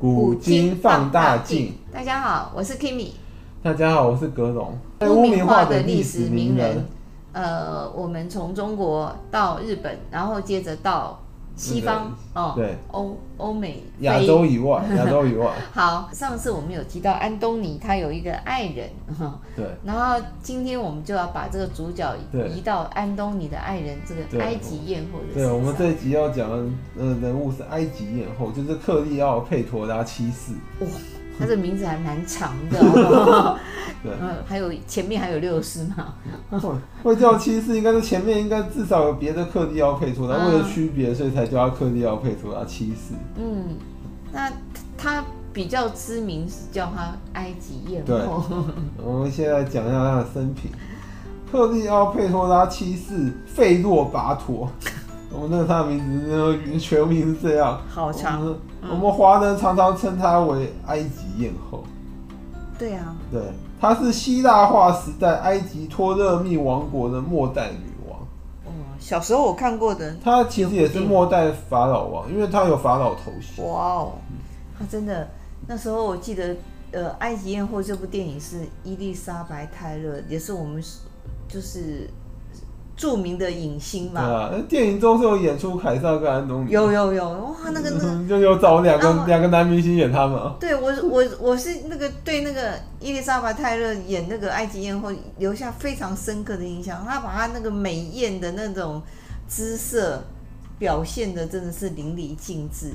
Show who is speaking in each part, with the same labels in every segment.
Speaker 1: 古今放大镜。
Speaker 2: 大家好，我是 Kimi。
Speaker 1: 大家好，我是格龙。
Speaker 2: 污名化的历史名人，呃，我们从中国到日本，然后接着到西方哦，
Speaker 1: 对，
Speaker 2: 欧欧美、
Speaker 1: 亚
Speaker 2: 非
Speaker 1: 洲以外，亚洲以外，
Speaker 2: 好，上次我们有提到安东尼，他有一个爱人，哈
Speaker 1: 对，
Speaker 2: 然后今天我们就要把这个主角
Speaker 1: 对
Speaker 2: 移到安东尼的爱人这
Speaker 1: 对
Speaker 2: 个埃及艳后的身
Speaker 1: 对
Speaker 2: 上。
Speaker 1: 我们这一集要讲的呃人物是埃及艳后，就是克利奥佩托拉七 世。
Speaker 2: 他这名字还蛮长的、哦，
Speaker 1: 对
Speaker 2: 嗯，还有前面还有六世嘛，
Speaker 1: 会会叫七世，应该是前面应该至少有别的克利奥佩托拉，
Speaker 2: 嗯
Speaker 1: 为了区别，所以才叫他克利奥佩托拉七世。
Speaker 2: 嗯，那他比较知名是叫他埃及艳后，
Speaker 1: 我们现在讲一下他的生平。克利奥佩托拉七世费洛拔陀，我们那个他的名字，那个全名是这样。
Speaker 2: 好嗯
Speaker 1: 我
Speaker 2: 长，
Speaker 1: 们我们华人常常称她为埃及艳后。
Speaker 2: 对啊，
Speaker 1: 对，她是希腊化时代埃及托勒密王国的末代女王。
Speaker 2: 哦，小时候我看过的，
Speaker 1: 她其实也是末代法老王，因为她有法老头衔。
Speaker 2: 哇哦，他真的那时候我记得，呃，《埃及艳后》这部电影是伊丽莎白·泰勒，也是我们就是著名的影星
Speaker 1: 对
Speaker 2: 嘛。
Speaker 1: 啊，那电影中是有演出凯撒跟安东尼，嗯
Speaker 2: 有有有，哇，那个那个。
Speaker 1: 就有找两
Speaker 2: 然
Speaker 1: 个
Speaker 2: 后
Speaker 1: 两个男明星演他们啊。
Speaker 2: 对我，我我是那个对那个伊丽莎白·泰勒演那个埃及艳后留下非常深刻的印象。她把她那个美艳的那种姿色表现的真的是淋漓尽致。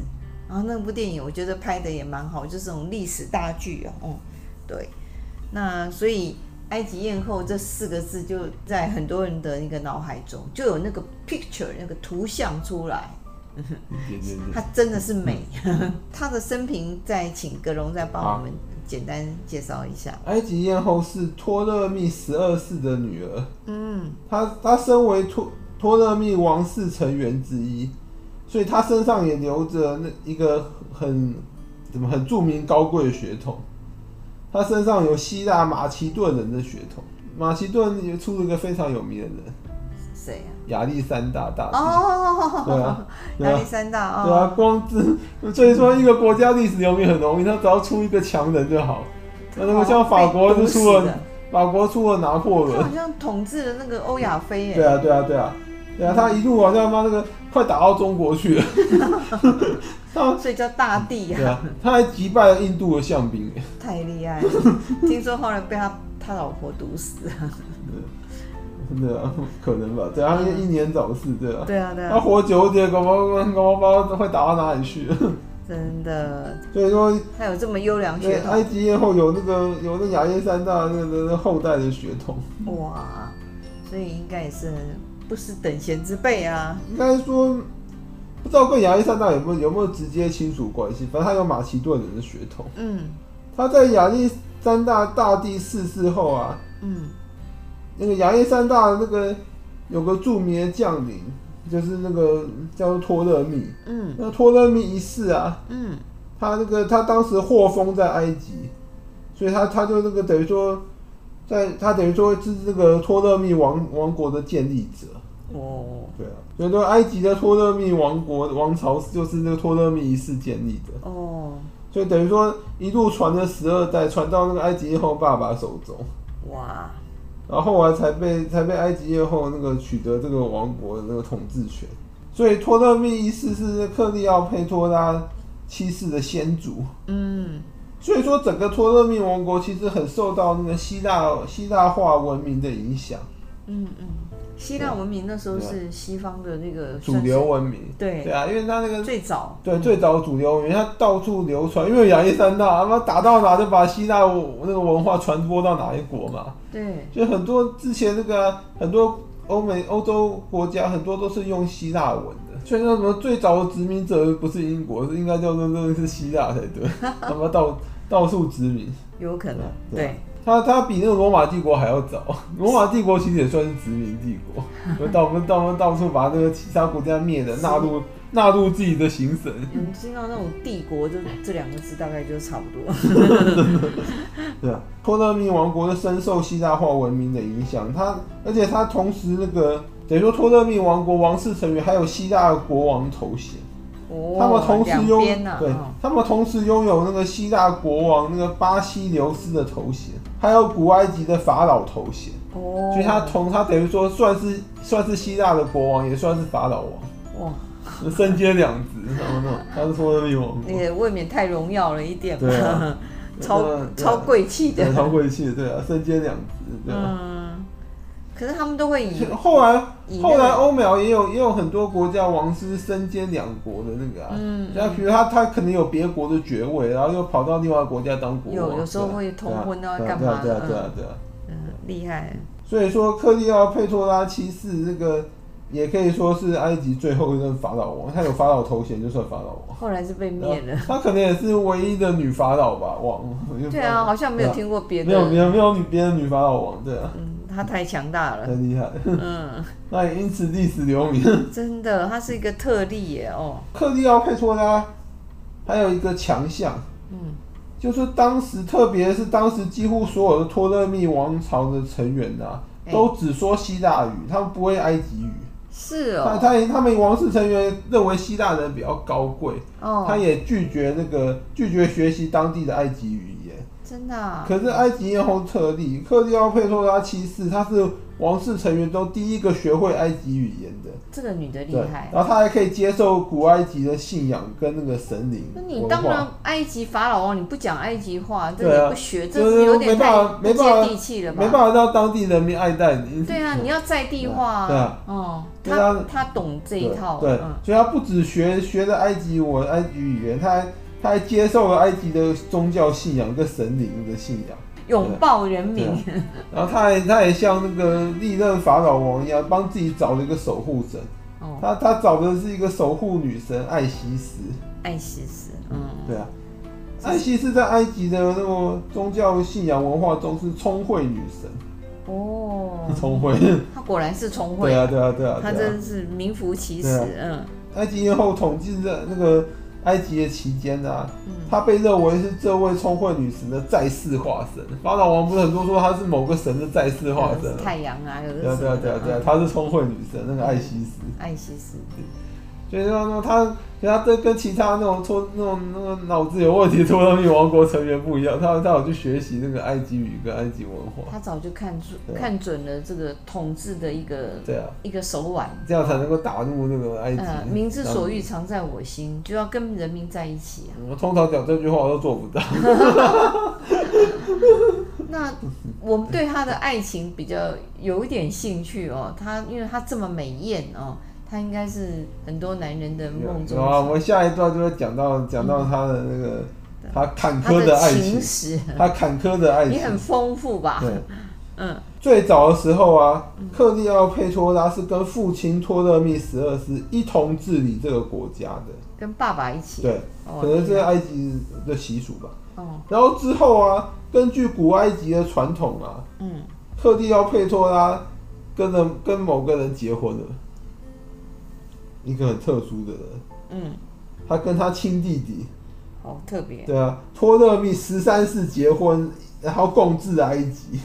Speaker 2: 然后那部电影我觉得拍的也蛮好，就是这种历史大剧哦。哦，对，那所以“埃及艳后”这四个字就在很多人的一个脑海中就有那个 picture 那个图像出来。
Speaker 1: 对对对
Speaker 2: 她真的是美，
Speaker 1: 嗯
Speaker 2: 她的生平再请格隆再帮我们简单介绍一下。
Speaker 1: 埃及艳后是托勒密十二世的女儿，
Speaker 2: 嗯，
Speaker 1: 她她身为托托勒密王室成员之一，所以她身上也留着那一个很怎么很著名高贵的血统，她身上有希腊马其顿人的血统，马其顿也出了一个非常有名的人
Speaker 2: 谁呀、
Speaker 1: 亚历山大大帝。
Speaker 2: 哦，
Speaker 1: 啊对啊，对
Speaker 2: 亚
Speaker 1: 啊
Speaker 2: 历，山大
Speaker 1: 对啊
Speaker 2: 哦，，
Speaker 1: 光这所以说一个国家历史留名很容易，他只要出一个强人就好。啊那如果像法国就出
Speaker 2: 哦
Speaker 1: 了法国出了拿破
Speaker 2: 他
Speaker 1: 仑，
Speaker 2: 好像统治了那个欧亚非耶。
Speaker 1: 对啊，对啊，对啊，对啊，他一路好像他那个快打到中国去了，他
Speaker 2: 所以叫大帝
Speaker 1: 对
Speaker 2: 呀、
Speaker 1: 啊，他还击败了印度的象兵，欸
Speaker 2: 太厉害 了。听说后来被他他老婆毒死。
Speaker 1: 对啊，可能吧，对啊，他一年早逝，对啊，
Speaker 2: 对啊，对
Speaker 1: 他
Speaker 2: 啊，
Speaker 1: 活久一点，搞不好搞不好会打到哪里去。
Speaker 2: 真的，
Speaker 1: 所以说，
Speaker 2: 他有这么优良
Speaker 1: 对
Speaker 2: 血
Speaker 1: 埃
Speaker 2: 统，
Speaker 1: 及艳后有那个有那亚历山大那个后代的血统，
Speaker 2: 哇，所以应该也是不是等闲之辈啊。
Speaker 1: 应该说不知道跟亚历山大有没有有没有直接亲属关系，反正他有马其顿人的血统。
Speaker 2: 嗯
Speaker 1: 他在亚历山大大帝逝世后啊，
Speaker 2: 嗯，
Speaker 1: 那个亚历山大那个有个著名的将领，就是那个叫做托勒密。
Speaker 2: 嗯
Speaker 1: 那托勒密一世啊，
Speaker 2: 嗯，
Speaker 1: 他那个他当时获封在埃及，所以他他就那个等于说，在他等于说是这个托勒密王王国的建立者。
Speaker 2: 哦
Speaker 1: 对啊，所以说埃及的托勒密王国王朝就是那个托勒密一世建立的，
Speaker 2: 哦，
Speaker 1: 所以等于说一路传了十二代，传到那个埃及艳后爸爸手中。
Speaker 2: 哇，
Speaker 1: 然后后来才被才被埃及艳后那个取得这个王国的那个统治权，所以托勒密一世是克利奥佩托拉七世的先祖，
Speaker 2: 嗯
Speaker 1: 所以说整个托勒密王国其实很受到那个希腊希腊化文明的影响，
Speaker 2: 嗯嗯，希腊文明那时候是西方的那个
Speaker 1: 啊主流文明，
Speaker 2: 对
Speaker 1: 对啊，因为他那个
Speaker 2: 算是最早，
Speaker 1: 对最早主流文明，他到处流传，因为亚历山大他妈打到哪就把希腊文那个文化传播到哪一国嘛，
Speaker 2: 对，
Speaker 1: 就很多之前那个啊、很多欧美欧洲国家很多都是用希腊文的，所以那什么最早的殖民者不是英国，是应该叫做那个是希腊才对，他妈到到处殖民，
Speaker 2: 有可能，
Speaker 1: 对啊
Speaker 2: 对，
Speaker 1: 他他比那个罗马帝国还要早，罗马帝国其实也算是殖民帝国，我们到我们到我们到处把那个其他国家灭的纳入纳入自己的行省，
Speaker 2: 有人听到那种帝国，就这两个字大概就差不 多。
Speaker 1: 对啊，托勒密王国的深受希腊化文明的影响，它而且它同时那个等于说托勒密王国王室成员还有希腊国王头衔，
Speaker 2: 哦，
Speaker 1: 他们同时
Speaker 2: 两
Speaker 1: 拥
Speaker 2: 边呐、
Speaker 1: 对
Speaker 2: 哦，
Speaker 1: 他们同时拥有那个希腊国王那个巴西流斯的头衔，还有古埃及的法老头衔，
Speaker 2: 哦，
Speaker 1: 所以他同他等于说算是算是希腊的国王，也算是法老王，
Speaker 2: 哇，
Speaker 1: 身兼两职，然后那种他是托勒密 王
Speaker 2: 那
Speaker 1: 国，
Speaker 2: 也未免太荣耀了一点吧，
Speaker 1: 对啊
Speaker 2: 超、
Speaker 1: 对啊
Speaker 2: 超贵气的
Speaker 1: 对，，超贵气的，对啊，身兼两职，对啊。
Speaker 2: 嗯，可是他们都会以
Speaker 1: 后来
Speaker 2: 以那个
Speaker 1: 后来欧苗也有也有很多国家王室身兼两国的那个啊，
Speaker 2: 嗯
Speaker 1: 像比如他他可能有别国的爵位，然后又跑到另外国家当国王，
Speaker 2: 有有时候
Speaker 1: 对啊
Speaker 2: 会同婚啊
Speaker 1: 对啊
Speaker 2: 干嘛
Speaker 1: 对啊对
Speaker 2: 的
Speaker 1: 啊对啊对啊。
Speaker 2: 嗯厉害，
Speaker 1: 所以说，克利奥佩托拉七世那个也可以说是埃及最后一任法老王，他有法老头衔就算法老王。
Speaker 2: 后来是被灭了。
Speaker 1: 他可能也是唯一的女法老吧，王。
Speaker 2: 对啊，好像没有
Speaker 1: 对啊
Speaker 2: 听过别
Speaker 1: 没有没
Speaker 2: 的。
Speaker 1: 有没有女别的女法老王，对啊，
Speaker 2: 嗯，他太强大了。
Speaker 1: 很厉害。
Speaker 2: 嗯，
Speaker 1: 那也因此历史留名。
Speaker 2: 真的，他是一个特例耶哦。
Speaker 1: 克利奥佩托拉啊还有一个强项，
Speaker 2: 嗯，
Speaker 1: 就是当时特别是当时几乎所有的托勒密王朝的成员啊，
Speaker 2: 哎
Speaker 1: 都只说希腊语，他们不会埃及语。
Speaker 2: 是
Speaker 1: 他
Speaker 2: 哦。
Speaker 1: 他他们王室成员认为希腊人比较高贵，他
Speaker 2: 哦，
Speaker 1: 也拒绝那个拒绝学习当地的埃及语言。
Speaker 2: 真的啊、
Speaker 1: 可是埃及艳后特例，克利奥佩托拉七世，她是王室成员中第一个学会埃及语言的，
Speaker 2: 这个女的厉
Speaker 1: 对，
Speaker 2: 害。
Speaker 1: 然后她还可以接受古埃及的信仰跟那个神灵
Speaker 2: 那你
Speaker 1: 文
Speaker 2: 当
Speaker 1: 化。
Speaker 2: 然埃及法老王，你不讲埃及话，这
Speaker 1: 对啊
Speaker 2: 也不学，这
Speaker 1: 就是
Speaker 2: 是有点
Speaker 1: 没
Speaker 2: 太
Speaker 1: 办法
Speaker 2: 不
Speaker 1: 没办法
Speaker 2: 接地气了
Speaker 1: 没办
Speaker 2: 吧？
Speaker 1: 法让当地人民爱戴你。
Speaker 2: 对啊，你要在地化
Speaker 1: 对啊。
Speaker 2: 哦，
Speaker 1: 对啊
Speaker 2: 他他懂这
Speaker 1: 对
Speaker 2: 一套。
Speaker 1: 对
Speaker 2: 嗯，
Speaker 1: 所以他不只学学了埃及文、埃及语言，他还他还接受了埃及的宗教信仰跟神灵的信仰。
Speaker 2: 拥抱人民
Speaker 1: 对。啊然后他还他也像那个历任法老王一样，帮自己找了一个守护神。
Speaker 2: 哦，
Speaker 1: 他他找的是一个守护女神艾西斯，
Speaker 2: 爱西斯，嗯，
Speaker 1: 对啊，艾西斯在埃及的那个宗教信仰文化中是聪慧女神，
Speaker 2: 哦，
Speaker 1: 聪慧，
Speaker 2: 他果然是聪慧
Speaker 1: 对，啊对啊对啊
Speaker 2: 他
Speaker 1: 对啊。
Speaker 2: 真是名副其实，
Speaker 1: 对啊
Speaker 2: 嗯
Speaker 1: 埃及艳后统治的那个埃及的期间呢、啊，
Speaker 2: 嗯，
Speaker 1: 她被认为是这位聪慧女神的再世化身。法老王不是很多说她是某个神的再世化
Speaker 2: 有
Speaker 1: 身
Speaker 2: 的是
Speaker 1: 啊？
Speaker 2: 太阳啊，有的
Speaker 1: 对啊
Speaker 2: 是
Speaker 1: 对啊对啊对啊，她是聪慧女神那个艾西斯。
Speaker 2: 爱西斯，
Speaker 1: 所以说呢，他其他这跟其他那种托那种那个脑子有问题的托勒密王国成员不一样，他他有去学习那个埃及语跟埃及文化，
Speaker 2: 他早就看出
Speaker 1: 对啊
Speaker 2: 看准了这个统治的一个
Speaker 1: 对啊，
Speaker 2: 一个手腕，
Speaker 1: 这样才能够打入那个埃及。嗯
Speaker 2: 呃，民之所欲，常在我心，就要跟人民在 一起啊。
Speaker 1: 我通常讲这句话我都做不到。
Speaker 2: 那我们对他的爱情比较有一点兴趣哦，他因为他这么美艳哦，他应该是很多男人的梦中
Speaker 1: 有啊，我们下一段就会讲到讲到他的那个他坎
Speaker 2: 他
Speaker 1: 坷的爱
Speaker 2: 情
Speaker 1: 情，
Speaker 2: 史
Speaker 1: 他坎坷的爱
Speaker 2: 也
Speaker 1: 情
Speaker 2: 很。丰富吧？
Speaker 1: 对，
Speaker 2: 嗯，
Speaker 1: 最早的时候啊，克利奥佩托拉是跟父亲托勒密十二世一同治理这个国家的，
Speaker 2: 跟爸爸一起，
Speaker 1: 对。
Speaker 2: 哦，
Speaker 1: 可能
Speaker 2: 厉
Speaker 1: 是
Speaker 2: 害
Speaker 1: 埃及的习俗吧。
Speaker 2: 哦，
Speaker 1: 然后之后啊，根据古埃及的传统啊，
Speaker 2: 嗯，
Speaker 1: 特地要佩托拉跟人跟某个人结婚了，一个很特殊的人，
Speaker 2: 嗯，
Speaker 1: 他跟他亲弟弟，
Speaker 2: 好哦特别，
Speaker 1: 对啊，托勒密十三世结婚，然后共治埃及，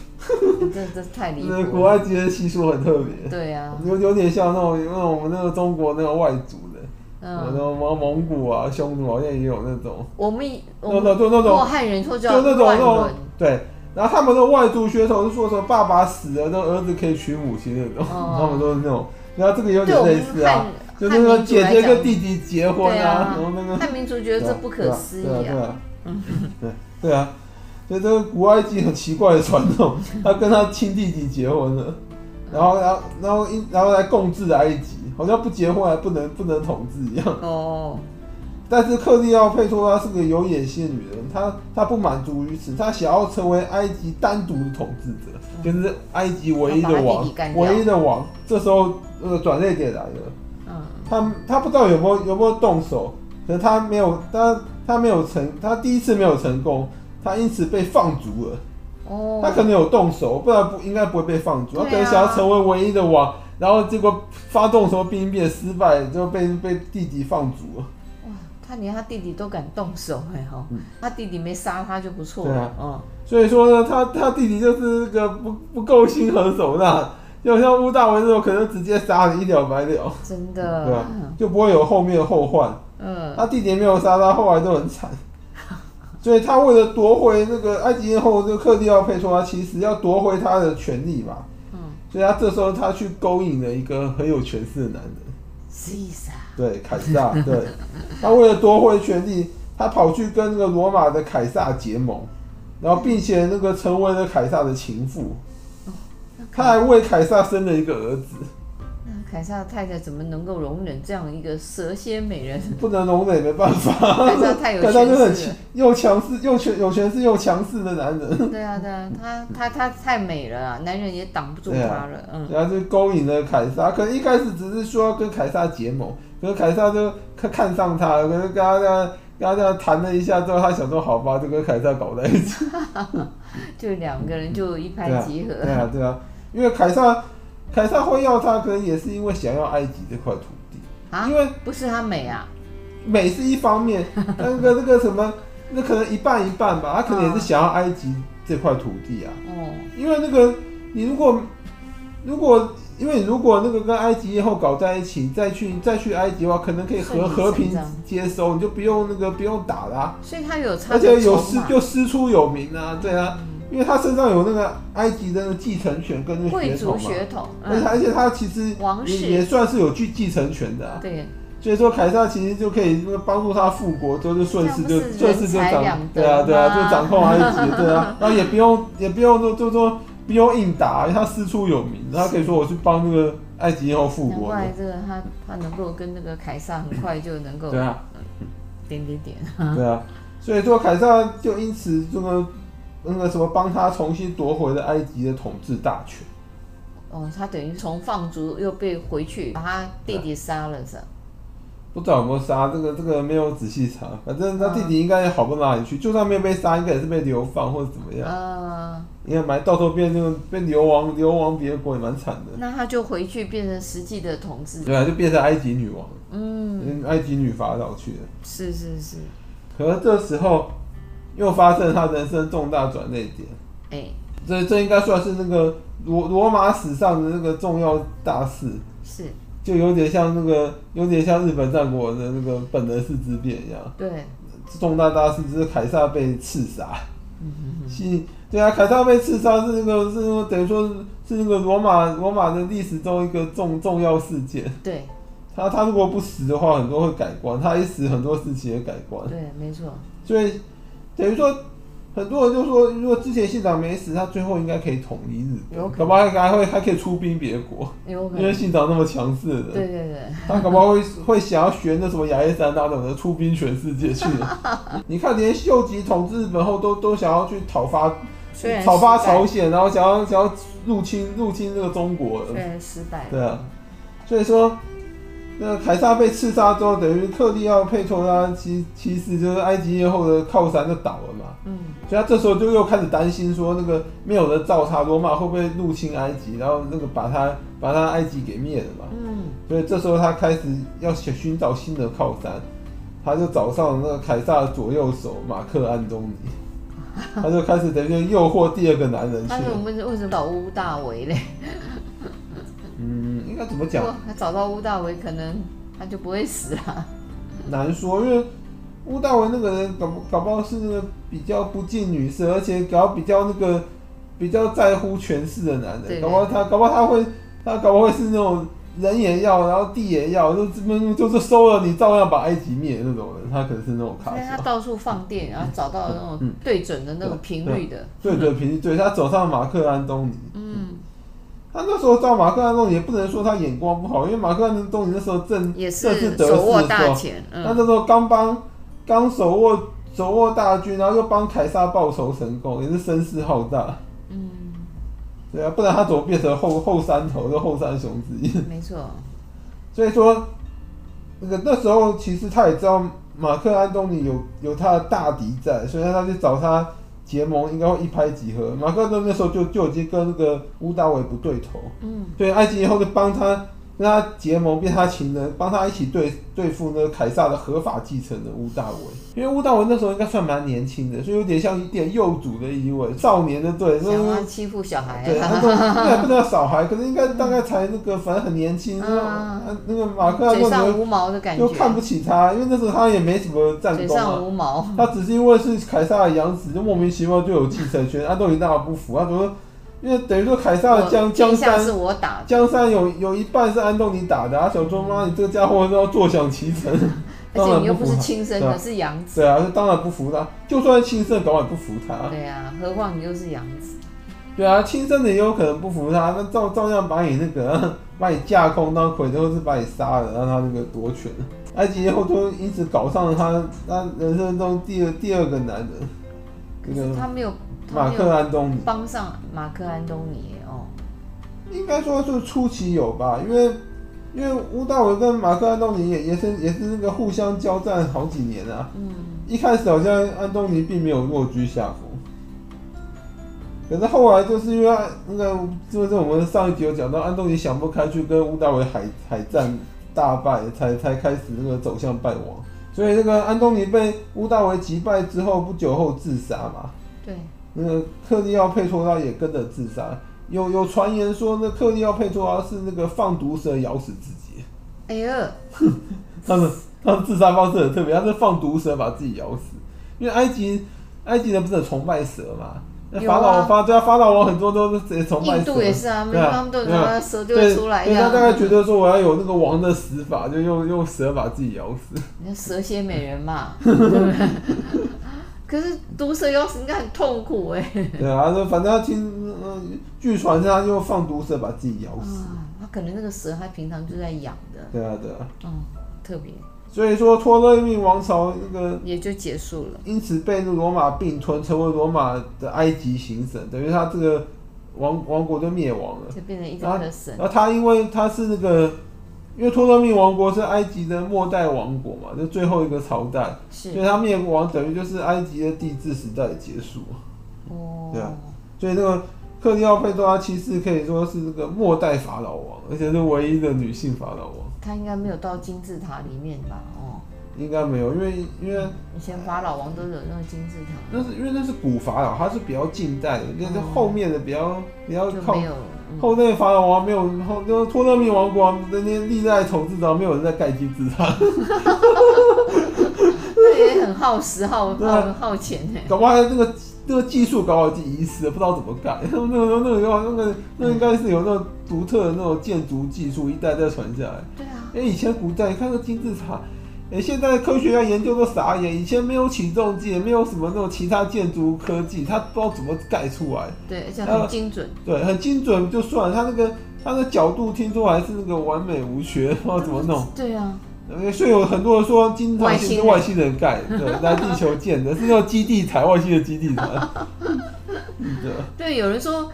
Speaker 2: 这这太离
Speaker 1: 那
Speaker 2: 谱
Speaker 1: 古
Speaker 2: 了。
Speaker 1: 埃及的习俗很特别，
Speaker 2: 对啊，
Speaker 1: 有有点像那种那种我们那个中国那个外族的，我那
Speaker 2: 嗯，
Speaker 1: 种蒙蒙古啊、匈奴好像也有那种，
Speaker 2: 我们我
Speaker 1: 那
Speaker 2: 们
Speaker 1: 种就那种
Speaker 2: 做汉人说
Speaker 1: 就
Speaker 2: 叫
Speaker 1: 那种
Speaker 2: 乱
Speaker 1: 那种
Speaker 2: 伦，
Speaker 1: 对，然后他们的外族血统是说什么爸爸死了，那儿子可以娶母亲那种，
Speaker 2: 哦
Speaker 1: 他们都是那种。然后这个有
Speaker 2: 对
Speaker 1: 点
Speaker 2: 我
Speaker 1: 类
Speaker 2: 们
Speaker 1: 似
Speaker 2: 汉
Speaker 1: 啊，就是那个姐姐跟弟弟结婚
Speaker 2: 对
Speaker 1: 啊
Speaker 2: 啊，
Speaker 1: 然后那个
Speaker 2: 汉民族觉得这不可思议
Speaker 1: 对啊，对
Speaker 2: 啊，
Speaker 1: 啊对 啊对啊，所以这个古埃及很奇怪的传统， 他跟他亲弟弟结婚了，然后然后然后一然后来共治埃及，好像不结婚还不能不能统治一样。
Speaker 2: 哦，
Speaker 1: 但是克利奥佩托拉是个有野心的女人，她她不满足于此，她想要成为埃及单独的统治者，就是埃及唯一的
Speaker 2: 嗯她把她
Speaker 1: 王
Speaker 2: 弟弟干，掉
Speaker 1: 唯一的王。这时候呃转捩点来了，
Speaker 2: 嗯，
Speaker 1: 她她不知道有没有有没有动手，可是她没有，她她没有成，她第一次没有成功，她因此被放逐了。她可
Speaker 2: 哦，
Speaker 1: 能有动手，不然不应该不会被放逐。她
Speaker 2: 对啊
Speaker 1: 可能想要成为唯一的王，然后结果发动什么兵变失败，就被被弟弟放逐了。
Speaker 2: 哇，他连他弟弟都敢动手哎哈，他弟弟没杀他就不错
Speaker 1: 嗯对
Speaker 2: 了
Speaker 1: 啊，
Speaker 2: 嗯，
Speaker 1: 所以说呢，他他弟弟就是那个不不够心狠手辣，就像乌大维这种，可能直接杀你一了百了，
Speaker 2: 真
Speaker 1: 嗯对吧啊
Speaker 2: 的，？
Speaker 1: 就不会有后面的后患。
Speaker 2: 嗯，
Speaker 1: 他弟弟没有杀他，后来都很惨。所以他为了夺回那个埃及艳后，这个克利奥佩托拉，其实要夺回他的权利吧。
Speaker 2: 嗯，
Speaker 1: 所以他这时候他去勾引了一个很有权势的男人，
Speaker 2: 是意思啊？
Speaker 1: 对，凯撒。对，他为了夺回权力，他跑去跟那个罗马的凯撒结盟，然后并且那个成为了凯撒的情妇，
Speaker 2: 那
Speaker 1: 他
Speaker 2: 凯
Speaker 1: 还为凯撒生了一个儿子，
Speaker 2: 那凯撒太太怎么能够容忍这样一个蛇蝎美人？
Speaker 1: 不能容忍，没办法。
Speaker 2: 嗯凯撒太有
Speaker 1: 凯撒就很
Speaker 2: 权势了
Speaker 1: 又强势又权有权势又强势的男人。
Speaker 2: 对啊，对啊，她她她太美了啊，男人也挡不住
Speaker 1: 对啊
Speaker 2: 她了，嗯。
Speaker 1: 然后就勾引了凯撒，可能一开始只是说要跟凯撒结盟，可是凯撒就看看上他了，可是跟他这样跟他这样谈了一下之后，他想说好吧，就跟凯撒搞在一起。
Speaker 2: 就两个人就一
Speaker 1: 对
Speaker 2: 拍
Speaker 1: 啊
Speaker 2: 即 合。
Speaker 1: 对啊，对啊，因为凯撒凯撒会要他，可能也是因为想要埃及这块土地，
Speaker 2: 啊
Speaker 1: 因为
Speaker 2: 不是她美啊，
Speaker 1: 美是一方 面，那个那个什么，那可能一半一半吧，他可能也是想要埃及这块土地啊。
Speaker 2: 哦，
Speaker 1: 因为那个你如果如果因为你如果那个跟埃及艳后搞在一起，再去再去埃及的话，可能可以和
Speaker 2: 顺理
Speaker 1: 和平
Speaker 2: 成章
Speaker 1: 接收，你就不用那个不用打啦、
Speaker 2: 所以她有差
Speaker 1: 而且有
Speaker 2: 事
Speaker 1: 师就师出有名啊，对啊，
Speaker 2: 嗯
Speaker 1: 因为他身上有那个埃及的那个继承权跟那个
Speaker 2: 贵
Speaker 1: 血
Speaker 2: 族
Speaker 1: 统嘛，
Speaker 2: 血统，
Speaker 1: 而且
Speaker 2: 嗯，
Speaker 1: 而且他其实
Speaker 2: 王
Speaker 1: 也
Speaker 2: 室
Speaker 1: 也算是有继继承权的、啊，
Speaker 2: 对，
Speaker 1: 所以说凯撒其实就可以那个帮助他复国，之后就顺势就
Speaker 2: 这样不
Speaker 1: 顺势
Speaker 2: 是
Speaker 1: 就
Speaker 2: 人财
Speaker 1: 掌
Speaker 2: 两得
Speaker 1: 对啊对啊，
Speaker 2: 吗
Speaker 1: 就掌控埃及，对 啊，然后也不用也不用就就说不用应答，因为他师出有名，他可以说我去帮那个埃及艳后复
Speaker 2: 难
Speaker 1: 国的
Speaker 2: 怪这个她她能够跟那个凯撒很快就能够
Speaker 1: 对啊
Speaker 2: 点点点，
Speaker 1: 对啊，所以说凯撒就因此这个那个什么帮他重新夺回了埃及的统治大权，
Speaker 2: 哦，她等于从放逐又被回去，把她弟弟杀了是吧？
Speaker 1: 不知道有没有杀这个这个没有仔细查，反正他弟弟应该也好不到哪里去，就算没有被杀，应该也是被流放或者怎么样。
Speaker 2: 呃，
Speaker 1: 应该蛮到时候变那个被流亡流亡别国也蛮惨的，
Speaker 2: 那她就回去变成实际的统治，
Speaker 1: 对啊，就变成埃及女王，
Speaker 2: 嗯，
Speaker 1: 嗯，埃及女法老去了。
Speaker 2: 是是是，
Speaker 1: 可是这时候又发生她人生重大转捩点，
Speaker 2: 哎，
Speaker 1: 这这应该算是那个罗罗马史上的那个重要大事，
Speaker 2: 是
Speaker 1: 就有点像那个有点像日本战国的那个本能寺之变一样，
Speaker 2: 对，
Speaker 1: 重大大事就是凯撒被刺杀。西对啊，凯撒被刺杀是那个是那个等于说是是那个罗马罗马的历史中一个重重要事件。
Speaker 2: 对
Speaker 1: 他他如果不死的话，很多会改观；他一死，很多事情也改观。
Speaker 2: 对，没错，
Speaker 1: 所以等于说，很多人就说，如果之前信长没死，他最后应该可以统一日
Speaker 2: 有
Speaker 1: 本，
Speaker 2: 可能
Speaker 1: 搞不好还会还可以出兵别国，
Speaker 2: 有哎可
Speaker 1: 因为
Speaker 2: 能，
Speaker 1: 信长那么强势的
Speaker 2: 对
Speaker 1: 人，
Speaker 2: 对 对。
Speaker 1: 他搞不好会会想要学那什么亚历山大那种的出兵全世界去。你看，连秀吉统治日本后都都想要去讨伐
Speaker 2: 虽然
Speaker 1: 讨伐
Speaker 2: 失败
Speaker 1: 朝鲜，然后想要想要入侵入侵这个中国了
Speaker 2: 虽然失败，
Speaker 1: 对啊，所以说，那个凯撒被刺杀之后，等于克利奥佩托拉其其实就是埃及艳后的靠山就倒了嘛，
Speaker 2: 嗯，
Speaker 1: 所以他这时候就又开始担心说，那个没有人罩他，罗马会不会入侵埃及，然后那个把他把他埃及给灭了嘛？
Speaker 2: 嗯，
Speaker 1: 所以这时候他开始要寻寻找新的靠山，他就找上了那个凯撒的左右手马克安东尼，他就开始等于诱惑第二个男人去
Speaker 2: 但是我
Speaker 1: 了。
Speaker 2: 们为什么找乌大维嘞？
Speaker 1: 嗯，应该怎么
Speaker 2: 如
Speaker 1: 讲？
Speaker 2: 果他找到乌大维，可能他就不会死啊。
Speaker 1: 难说，因为乌大维那个人搞不搞不好是那个比较不近女色，而且搞比较那个比较在乎权势的男
Speaker 2: 对
Speaker 1: 人，搞不好他搞不好他会他搞不好会是那种人也要，然后地也要，就这么就是收了你照样把埃及灭那种人，他可能是那种卡
Speaker 2: 所以他
Speaker 1: 西欧。
Speaker 2: 到处放电，然后找到那种
Speaker 1: 嗯
Speaker 2: 对准的那种频率的，
Speaker 1: 对啊对，平对他走上马克安东尼，
Speaker 2: 嗯，
Speaker 1: 他那时候照马克安东尼也不能说他眼光不好，因为马克安东尼那时候正
Speaker 2: 也
Speaker 1: 正是
Speaker 2: 是
Speaker 1: 得势的时
Speaker 2: 手
Speaker 1: 候
Speaker 2: 握大权，
Speaker 1: 他
Speaker 2: 嗯，
Speaker 1: 那时候刚帮刚手握手握大军，然后又帮凯撒报仇成功，也是声势浩大。
Speaker 2: 嗯，
Speaker 1: 对啊，不然他怎么变成后后山头就后山雄之一？
Speaker 2: 没错，
Speaker 1: 所以说，那个那时候其实他也知道马克安东尼有有他的大敌在，所以他去找他结盟，应该会一拍即合。马克安东尼那时候就就已经跟那个乌达维不对头，
Speaker 2: 嗯，
Speaker 1: 所以埃及以后就帮他跟他结盟，变他情人，帮他一起对对付那个凯撒的合法继承人乌大维。因为乌大维那时候应该算蛮年轻的，所以有点像一点幼主的意味，少年的对，就
Speaker 2: 想要
Speaker 1: 是
Speaker 2: 欺负小孩、
Speaker 1: 嗯
Speaker 2: 啊
Speaker 1: 对，他 都那不能叫小孩，可是应该大概才那个，反正很年轻，那种
Speaker 2: 嗯
Speaker 1: 啊那个马克那时
Speaker 2: 嘴
Speaker 1: 候
Speaker 2: 上无毛的感
Speaker 1: 你就
Speaker 2: 觉，
Speaker 1: 就看不起他，因为那时候他也没什么战
Speaker 2: 嘴
Speaker 1: 功
Speaker 2: 上
Speaker 1: 啊。
Speaker 2: 无毛，
Speaker 1: 他只是因为是凯撒的养子，就莫名其妙就有继承权，啊安东尼纳不服，他说，因为等于说凯撒的江
Speaker 2: 我
Speaker 1: 江
Speaker 2: 天下
Speaker 1: 山
Speaker 2: 是我打的，
Speaker 1: 江山有有一半是安东尼打的、啊，想说妈，你这个家伙都要坐享其成，
Speaker 2: 而
Speaker 1: 当
Speaker 2: 且
Speaker 1: 然
Speaker 2: 你又
Speaker 1: 不
Speaker 2: 不
Speaker 1: 服
Speaker 2: 是
Speaker 1: 他。
Speaker 2: 亲生
Speaker 1: 对
Speaker 2: 的，
Speaker 1: 啊
Speaker 2: 是养子。
Speaker 1: 对啊，当然不服他，就算是亲生，搞也不服他。
Speaker 2: 对啊，何况你又是养子，
Speaker 1: 对啊，亲生的也有可能不服他，那照照样把你那个 把你架空当傀儡，或是把你杀了，让他那个夺权。埃及艳后就因此搞上了他他人生中第二第二个男人，
Speaker 2: 可
Speaker 1: 那
Speaker 2: 是
Speaker 1: 个
Speaker 2: 他没有，他
Speaker 1: 马
Speaker 2: 没
Speaker 1: 克
Speaker 2: 有
Speaker 1: 安东尼。
Speaker 2: 帮上马克安东尼哦，
Speaker 1: 应该说是初期有吧，因为因为乌大维跟马克安东尼也也是也是那个互相交战好几年啊。
Speaker 2: 嗯，
Speaker 1: 一开始好像安东尼并没有落居下风，可是后来就是因为那个就是我们上一集有讲到，安东尼想不开去跟乌大维海海战大败，才才开始那个走向败亡。所以那个安东尼被乌大维击败之后，不久后自杀嘛。
Speaker 2: 对，
Speaker 1: 那个克利奥佩托拉也跟着自杀。有有传言说，那克利奥佩托拉是那个放毒蛇咬死自己。
Speaker 2: 哎呦，
Speaker 1: 他们他们自杀方式很特别，他是放毒蛇把自己咬死。因为埃及埃及人不是很崇拜蛇嘛？那
Speaker 2: 有
Speaker 1: 法老
Speaker 2: 啊
Speaker 1: 王、法对啊，法老王很多都是也崇拜蛇。
Speaker 2: 印度也是啊，
Speaker 1: 对啊
Speaker 2: 他们都有
Speaker 1: 对啊
Speaker 2: 那蛇就
Speaker 1: 对，
Speaker 2: 会出来一
Speaker 1: 对他
Speaker 2: 样，
Speaker 1: 大概觉得说我要有那个王的死法，就用用蛇把自己咬死。
Speaker 2: 你看蛇蝎美 人嘛，对不对？可是毒蛇咬死应该很痛苦 哎、
Speaker 1: 对啊，那反正他听，嗯，据传是他用放毒蛇把自己咬死。
Speaker 2: 啊，他可能那个蛇他平常就在养的，
Speaker 1: 对啊，对啊。
Speaker 2: 嗯，特别
Speaker 1: 所以说，托勒密王朝那个
Speaker 2: 也就结束了。
Speaker 1: 因此被罗马并吞，成为罗马的埃及行省，等于他这个王王国就灭亡了。
Speaker 2: 就变成一
Speaker 1: 然
Speaker 2: 个
Speaker 1: 后
Speaker 2: 个，神
Speaker 1: 然，后他因为他是那个，因为托勒密王国是埃及的末代王国嘛，就最后一个朝代，所以
Speaker 2: 是
Speaker 1: 他灭亡等于就是埃及的帝制时代的结束。
Speaker 2: 哦，
Speaker 1: 对啊所以这个克利奥佩多拉七世可以说是那个末代法老王，而且是唯一的女性法老王，
Speaker 2: 他应该没有到金字塔里面吧？哦，
Speaker 1: 应该没有，因为因为。
Speaker 2: 以前法老王都有那个金字塔，
Speaker 1: 那是因为那是古法老，它是比较近代的，那是后面的比较比较
Speaker 2: 就
Speaker 1: 靠
Speaker 2: 没有，嗯、
Speaker 1: 后代法老王没有后，就是托勒密王国的那些历代统治者没有人在盖金字塔，
Speaker 2: 这也很耗时耗
Speaker 1: 对啊
Speaker 2: 耗耗钱哎、
Speaker 1: 搞不好那个那个技术搞好已经遗失了，不知道怎么盖。那个那个那个那个那应该是有那种独特的那种建筑技术一代代传下来。
Speaker 2: 对啊，
Speaker 1: 哎、以前古代你看那金字塔，哎、现在科学家研究都傻眼，以前没有起重机，也没有什么那种其他建筑科技，他不知道怎么盖出来。
Speaker 2: 对，而且
Speaker 1: 呃
Speaker 2: 很精准，
Speaker 1: 对，很精准就算了，他那个他的角度听说还是那个完美无缺，不知道怎么弄。
Speaker 2: 对啊，
Speaker 1: 呃所以有很多人说金字塔其实是外
Speaker 2: 外
Speaker 1: 星人盖的，对，来地球建的，是叫基地台，外星的基地台。 嗯对，
Speaker 2: 对，有人说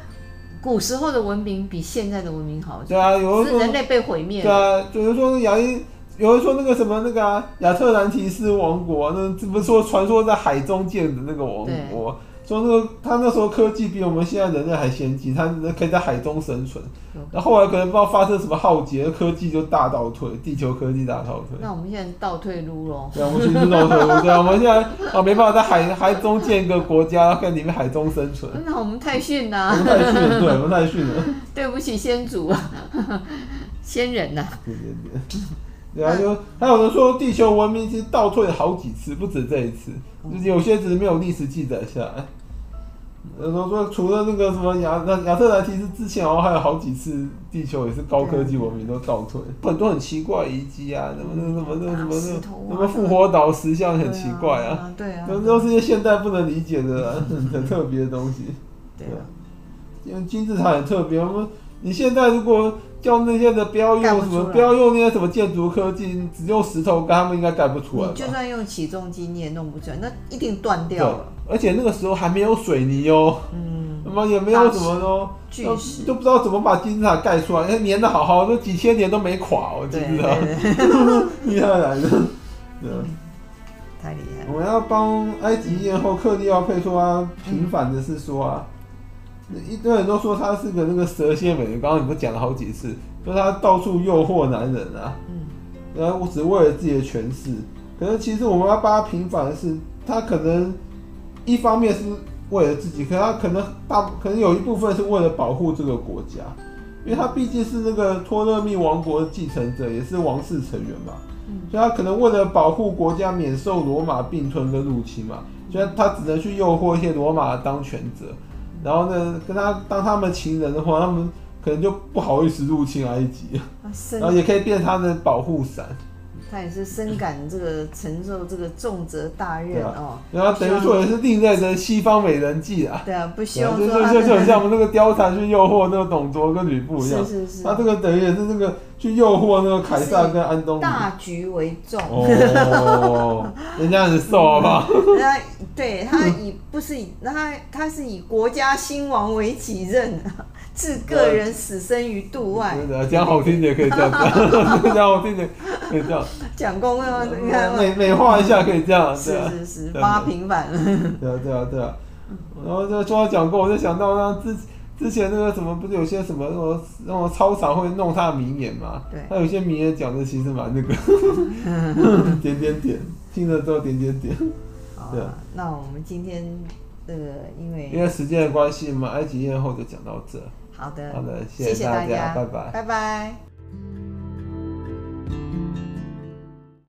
Speaker 2: 古时候的文明比现在的文明好，
Speaker 1: 对啊，有人
Speaker 2: 是
Speaker 1: 说
Speaker 2: 人类被毁灭
Speaker 1: 对
Speaker 2: 了，
Speaker 1: 啊，有人说亚因，有人说那个什么那个啊，亚特兰提斯王国啊，那这不是说传说在海中建的那个王国，说那个他那时候科技比我们现在人类还先进，他可以在海中生存
Speaker 2: 有可能。
Speaker 1: 然后后来可能不知道发生什么浩劫，科技就大倒退，地球科技大倒退。
Speaker 2: 那我们现在倒退路喽，
Speaker 1: 对啊，我们去这种对 啊，我们现在啊没办法在海海中建一个国家，在里面海中生存。
Speaker 2: 那我们太逊
Speaker 1: 我
Speaker 2: 啦、
Speaker 1: 们 太逊了，对，我们太逊 了。
Speaker 2: 对不起先祖啊， 先人呐、
Speaker 1: 对对对，对啊，就还有人说地球文明其实倒退了好几次，不止这一次，
Speaker 2: 嗯
Speaker 1: 就是有些只是没有历史记载下来。有人说除了那个什么亚那亚特兰提斯之前，好像还有好几次地球也是高科技文明都倒退，很多很奇怪遗迹啊，什么那个什么那个什么
Speaker 2: 大石头嗯啊
Speaker 1: 那个什么复活岛石像很奇怪啊，
Speaker 2: 对啊，对
Speaker 1: 都
Speaker 2: 啊，
Speaker 1: 都是一些现代不能理解的、 啊、很很特别的东西。
Speaker 2: 对啊，
Speaker 1: 因为金字塔很特别，我们你现在如果叫那些的不要
Speaker 2: 盖
Speaker 1: 用
Speaker 2: 不
Speaker 1: 什
Speaker 2: 出
Speaker 1: 么，
Speaker 2: 来
Speaker 1: 不要用那些什么建筑科技，只用石头盖，他们应该盖不出来
Speaker 2: 你
Speaker 1: 吧
Speaker 2: 就？算用起重机你也弄不出来，那一定断
Speaker 1: 对
Speaker 2: 掉了。，
Speaker 1: 而且那个时候还没有水泥哦，
Speaker 2: 嗯，
Speaker 1: 那么也没有什么哦，
Speaker 2: 巨
Speaker 1: 都
Speaker 2: 石
Speaker 1: 都不知道怎么把金字塔盖出来，哎粘的好好，都几千年都没垮哦，金
Speaker 2: 对
Speaker 1: 字塔
Speaker 2: 对对，
Speaker 1: 厉害来的。对，
Speaker 2: 太厉害了。
Speaker 1: 我们要帮埃及艳后克利奥佩托拉平反的是说啊，一堆人都说他是个那个蛇蝎美人，刚刚你不讲了好几次，说他到处诱惑男人啊，
Speaker 2: 嗯，
Speaker 1: 然后我只为了自己的权势。可是其实我们要帮他平反的是，他可能一方面是为了自己，可他可能大可能有一部分是为了保护这个国家，因为他毕竟是那个托勒密王国的继承者，也是王室成员嘛，
Speaker 2: 嗯
Speaker 1: 所以他可能为了保护国家免受罗马并吞跟入侵嘛，所以他只能去诱惑一些罗马的当权者，然后呢，跟他当他们情人的话，他们可能就不好意思入侵埃及，
Speaker 2: 他啊深
Speaker 1: 然后也可以变他的保护伞。
Speaker 2: 他也是深感这个承受这个重责大任
Speaker 1: 对啊
Speaker 2: 哦。
Speaker 1: 然后等于说也是另类的西方美人计啊，
Speaker 2: 对啊，不希
Speaker 1: 对啊
Speaker 2: 望
Speaker 1: 就
Speaker 2: 说
Speaker 1: 就
Speaker 2: 他
Speaker 1: 就就很
Speaker 2: 真的
Speaker 1: 像我们那个貂蝉去诱惑那个董卓跟吕布一样啊
Speaker 2: 是，是是
Speaker 1: 他这个等于也是那个去诱惑那个凯撒跟安东尼。
Speaker 2: 大局为重，
Speaker 1: 哦， 人家很瘦好不好？
Speaker 2: 他对他以不是以他他是以国家兴亡为己任，置个人死生于度外。
Speaker 1: 真的讲好听点可以这样讲， 讲好听点可以这样，
Speaker 2: 讲公要哦你看
Speaker 1: 美美化一下可以这样，对啊
Speaker 2: 是是是，
Speaker 1: 嗯对啊
Speaker 2: 八平反了。
Speaker 1: 对啊，对啊，对啊。然后就说到讲过，我就想到那之之前那个什么，不是有些什么那种那种操场会弄他的名言嘛？
Speaker 2: 对
Speaker 1: 他有些名言讲的其实蛮那个，点点点，听了之后点点点。
Speaker 2: 好
Speaker 1: 啊对
Speaker 2: 啊，那我们今天这个因
Speaker 1: 因
Speaker 2: 为
Speaker 1: 为时间的关系嘛，埃及艳后就讲到这。
Speaker 2: 好的
Speaker 1: 好的，谢
Speaker 2: 谢
Speaker 1: 谢
Speaker 2: 大
Speaker 1: 大家拜拜
Speaker 2: 拜拜。